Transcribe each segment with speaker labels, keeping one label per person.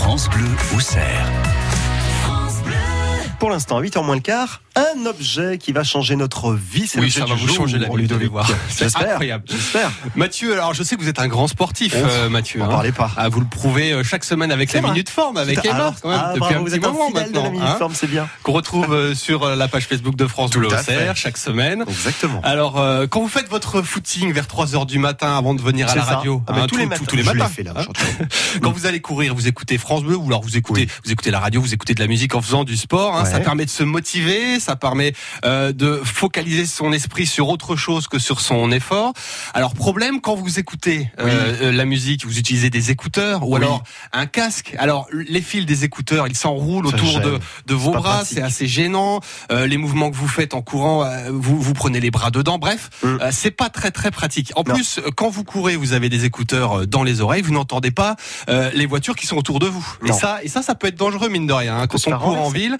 Speaker 1: France Bleu au Cerf.
Speaker 2: Pour l'instant, 8h moins le quart, un objet qui va changer notre vie. C'est
Speaker 3: Oui,
Speaker 2: l'objet
Speaker 3: ça va
Speaker 2: du
Speaker 3: vous
Speaker 2: jour,
Speaker 3: changer la vie, vous allez
Speaker 2: Ludovic.
Speaker 3: voir. C'est
Speaker 2: J'espère.
Speaker 3: incroyable.
Speaker 2: J'espère.
Speaker 3: Mathieu, alors je sais que vous êtes un grand sportif,
Speaker 2: Oh,
Speaker 3: euh, Mathieu.
Speaker 2: m'en
Speaker 3: hein.
Speaker 2: parlez pas.
Speaker 3: Ah, vous le prouvez euh, chaque semaine avec
Speaker 2: C'est
Speaker 3: la
Speaker 2: vrai.
Speaker 3: minute forme, avec
Speaker 2: Putain,
Speaker 3: Emma,
Speaker 2: alors,
Speaker 3: quand même,
Speaker 2: ah,
Speaker 3: depuis
Speaker 2: bravo,
Speaker 3: un
Speaker 2: vous
Speaker 3: petit
Speaker 2: êtes un
Speaker 3: moment
Speaker 2: fidèle de la
Speaker 3: maintenant.
Speaker 2: minute
Speaker 3: hein,
Speaker 2: forme, c'est bien.
Speaker 3: Qu'on retrouve euh, sur euh, la page Facebook de France Bleu
Speaker 4: à fait.
Speaker 3: Auxerre chaque semaine.
Speaker 2: Exactement.
Speaker 3: Alors, euh, quand vous faites votre footing vers 3h du matin avant de venir à
Speaker 2: C'est
Speaker 3: la
Speaker 2: ça.
Speaker 3: radio,
Speaker 2: Ah, mais
Speaker 3: hein,
Speaker 2: tous
Speaker 3: tout-
Speaker 2: les
Speaker 3: tout-
Speaker 2: matins.
Speaker 3: tous les
Speaker 2: Je l'ai
Speaker 3: matins,
Speaker 2: fait, là,
Speaker 3: hein. quand vous allez courir, vous écoutez France Bleu ou alors vous écoutez, vous écoutez la radio, vous écoutez de la musique en faisant du sport. hein.
Speaker 2: Ouais.
Speaker 3: Ça permet de se motiver, ça permet euh, de focaliser son esprit sur autre chose que sur son effort. Alors problème quand vous écoutez euh, euh, la musique, vous utilisez des écouteurs ou alors un casque. Alors les fils des écouteurs, ils s'enroulent
Speaker 2: Ça
Speaker 3: autour de,
Speaker 2: gêne.
Speaker 3: de vos
Speaker 2: pas
Speaker 3: bras,
Speaker 2: pratique.
Speaker 3: c'est assez gênant. Euh, les mouvements que vous faites en courant, euh, vous, vous prenez les bras dedans. Bref,
Speaker 2: Mm.
Speaker 3: euh, c'est pas très très pratique. En
Speaker 2: Non.
Speaker 3: plus, euh, quand vous courez, vous avez des écouteurs euh, dans les oreilles, vous n'entendez pas euh, les voitures qui sont autour de vous. Et
Speaker 2: Non.
Speaker 3: ça, et ça, ça peut être dangereux mine de rien. hein. Quand
Speaker 2: se
Speaker 3: on
Speaker 2: faire
Speaker 3: court en
Speaker 2: renverser.
Speaker 3: ville,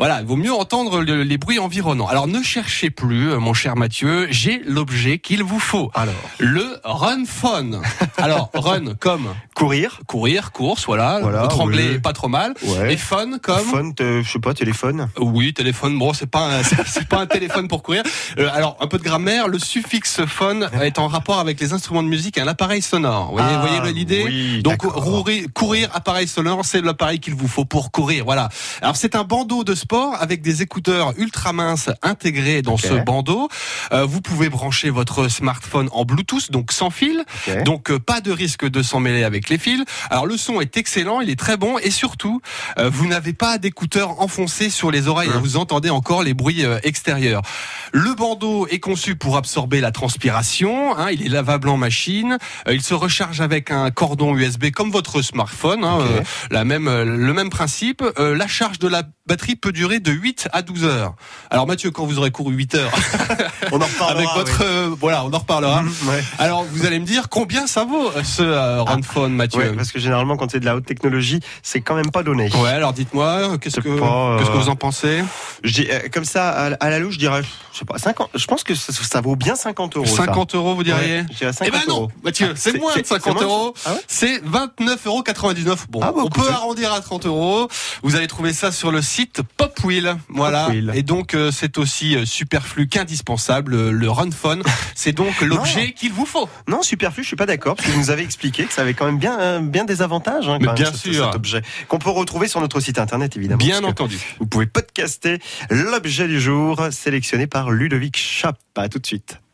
Speaker 3: voilà, il vaut mieux entendre le- les bruits environnants. Alors ne cherchez plus, euh, mon cher Mathieu. J'ai l'objet qu'il vous faut.
Speaker 2: Alors,
Speaker 3: Le run phone. Alors run comme
Speaker 2: courir.
Speaker 3: courir, course, voilà.
Speaker 2: Voilà,
Speaker 3: Votre anglais
Speaker 2: oui.
Speaker 3: est pas trop mal.
Speaker 2: Ouais.
Speaker 3: Et phone comme
Speaker 2: Phone, euh, je sais pas, téléphone.
Speaker 3: oui, téléphone. Bon, c'est pas un, c'est pas un téléphone pour courir. Euh, alors, un peu de grammaire. Le suffixe phone est en rapport avec les instruments de musique et un appareil sonore. Vous voyez,
Speaker 2: Ah,
Speaker 3: voyez l'idée
Speaker 2: oui,
Speaker 3: Donc,
Speaker 2: d'accord.
Speaker 3: rourir- courir, appareil sonore, c'est l'appareil qu'il vous faut pour courir. Voilà. Alors, c'est un bandeau de sport avec des écouteurs ultra minces intégrés dans
Speaker 2: Ok.
Speaker 3: ce bandeau. Euh, vous pouvez brancher votre smartphone en Bluetooth, donc sans fil.
Speaker 2: Ok.
Speaker 3: Donc euh, pas de risque de s'en mêler avec les fils. Alors le son est excellent, il est très bon et surtout euh, vous n'avez pas d'écouteurs enfoncés sur les oreilles.
Speaker 2: Hum.
Speaker 3: hein, Vous entendez encore les bruits euh, extérieurs. Le bandeau est conçu pour absorber la transpiration. hein, il est lavable en machine. euh, il se recharge avec un cordon USB comme votre smartphone. hein,
Speaker 2: Ok.
Speaker 3: euh, la même, euh, le même principe. Euh, la charge de la batterie peut durer de 8 à 12 heures. Alors Mathieu, quand vous aurez couru 8 heures
Speaker 2: On en
Speaker 3: avec
Speaker 2: reparlera.
Speaker 3: votre, euh, voilà, on en reparlera.
Speaker 2: oui. Ouais.
Speaker 3: Alors, vous allez me dire combien ça vaut euh, ce euh, Ranfone, Mathieu
Speaker 2: Ah, Ouais, parce que généralement, quand c'est de la haute technologie, c'est quand même pas donné.
Speaker 3: Ouais, alors dites-moi, euh, qu'est-ce
Speaker 2: C'est
Speaker 3: que,
Speaker 2: pas, euh,
Speaker 3: qu'est-ce que vous en pensez
Speaker 2: Je dis, euh, comme ça, à, à la louche, je dirais, je sais pas, 50, je pense que ça, ça vaut bien 50 euros. ça.
Speaker 3: 50 euros, vous diriez
Speaker 2: Ouais, je dirais 50
Speaker 3: Eh ben non,
Speaker 2: euros.
Speaker 3: Mathieu, c'est
Speaker 2: c'est-
Speaker 3: moins de
Speaker 2: c'est- c'est
Speaker 3: 50
Speaker 2: moins de-
Speaker 3: euros.
Speaker 2: Ah ouais
Speaker 3: C'est 29,99 euros. Bon,
Speaker 2: Ah bah,
Speaker 3: on
Speaker 2: écoutez.
Speaker 3: peut arrondir à 30 euros. Vous allez trouver ça sur le site Popwheel. Voilà.
Speaker 2: Popwheel.
Speaker 3: Et donc, euh, c'est aussi euh, superflu qu'indispensable, euh, le Runphone. C'est donc l'objet qu'il vous faut.
Speaker 2: Non, superflu, je suis pas d'accord, parce que vous nous avez expliqué que ça avait quand même bien, euh, bien des avantages, hein,
Speaker 3: Mais
Speaker 2: quand
Speaker 3: bien
Speaker 2: même, ce-
Speaker 3: sûr.
Speaker 2: cet objet, qu'on peut retrouver sur notre site internet, évidemment.
Speaker 3: Bien
Speaker 2: parce que
Speaker 3: entendu.
Speaker 2: Vous pouvez podcaster l'objet du jour, sélectionné par Ludovic Chap. À tout de suite.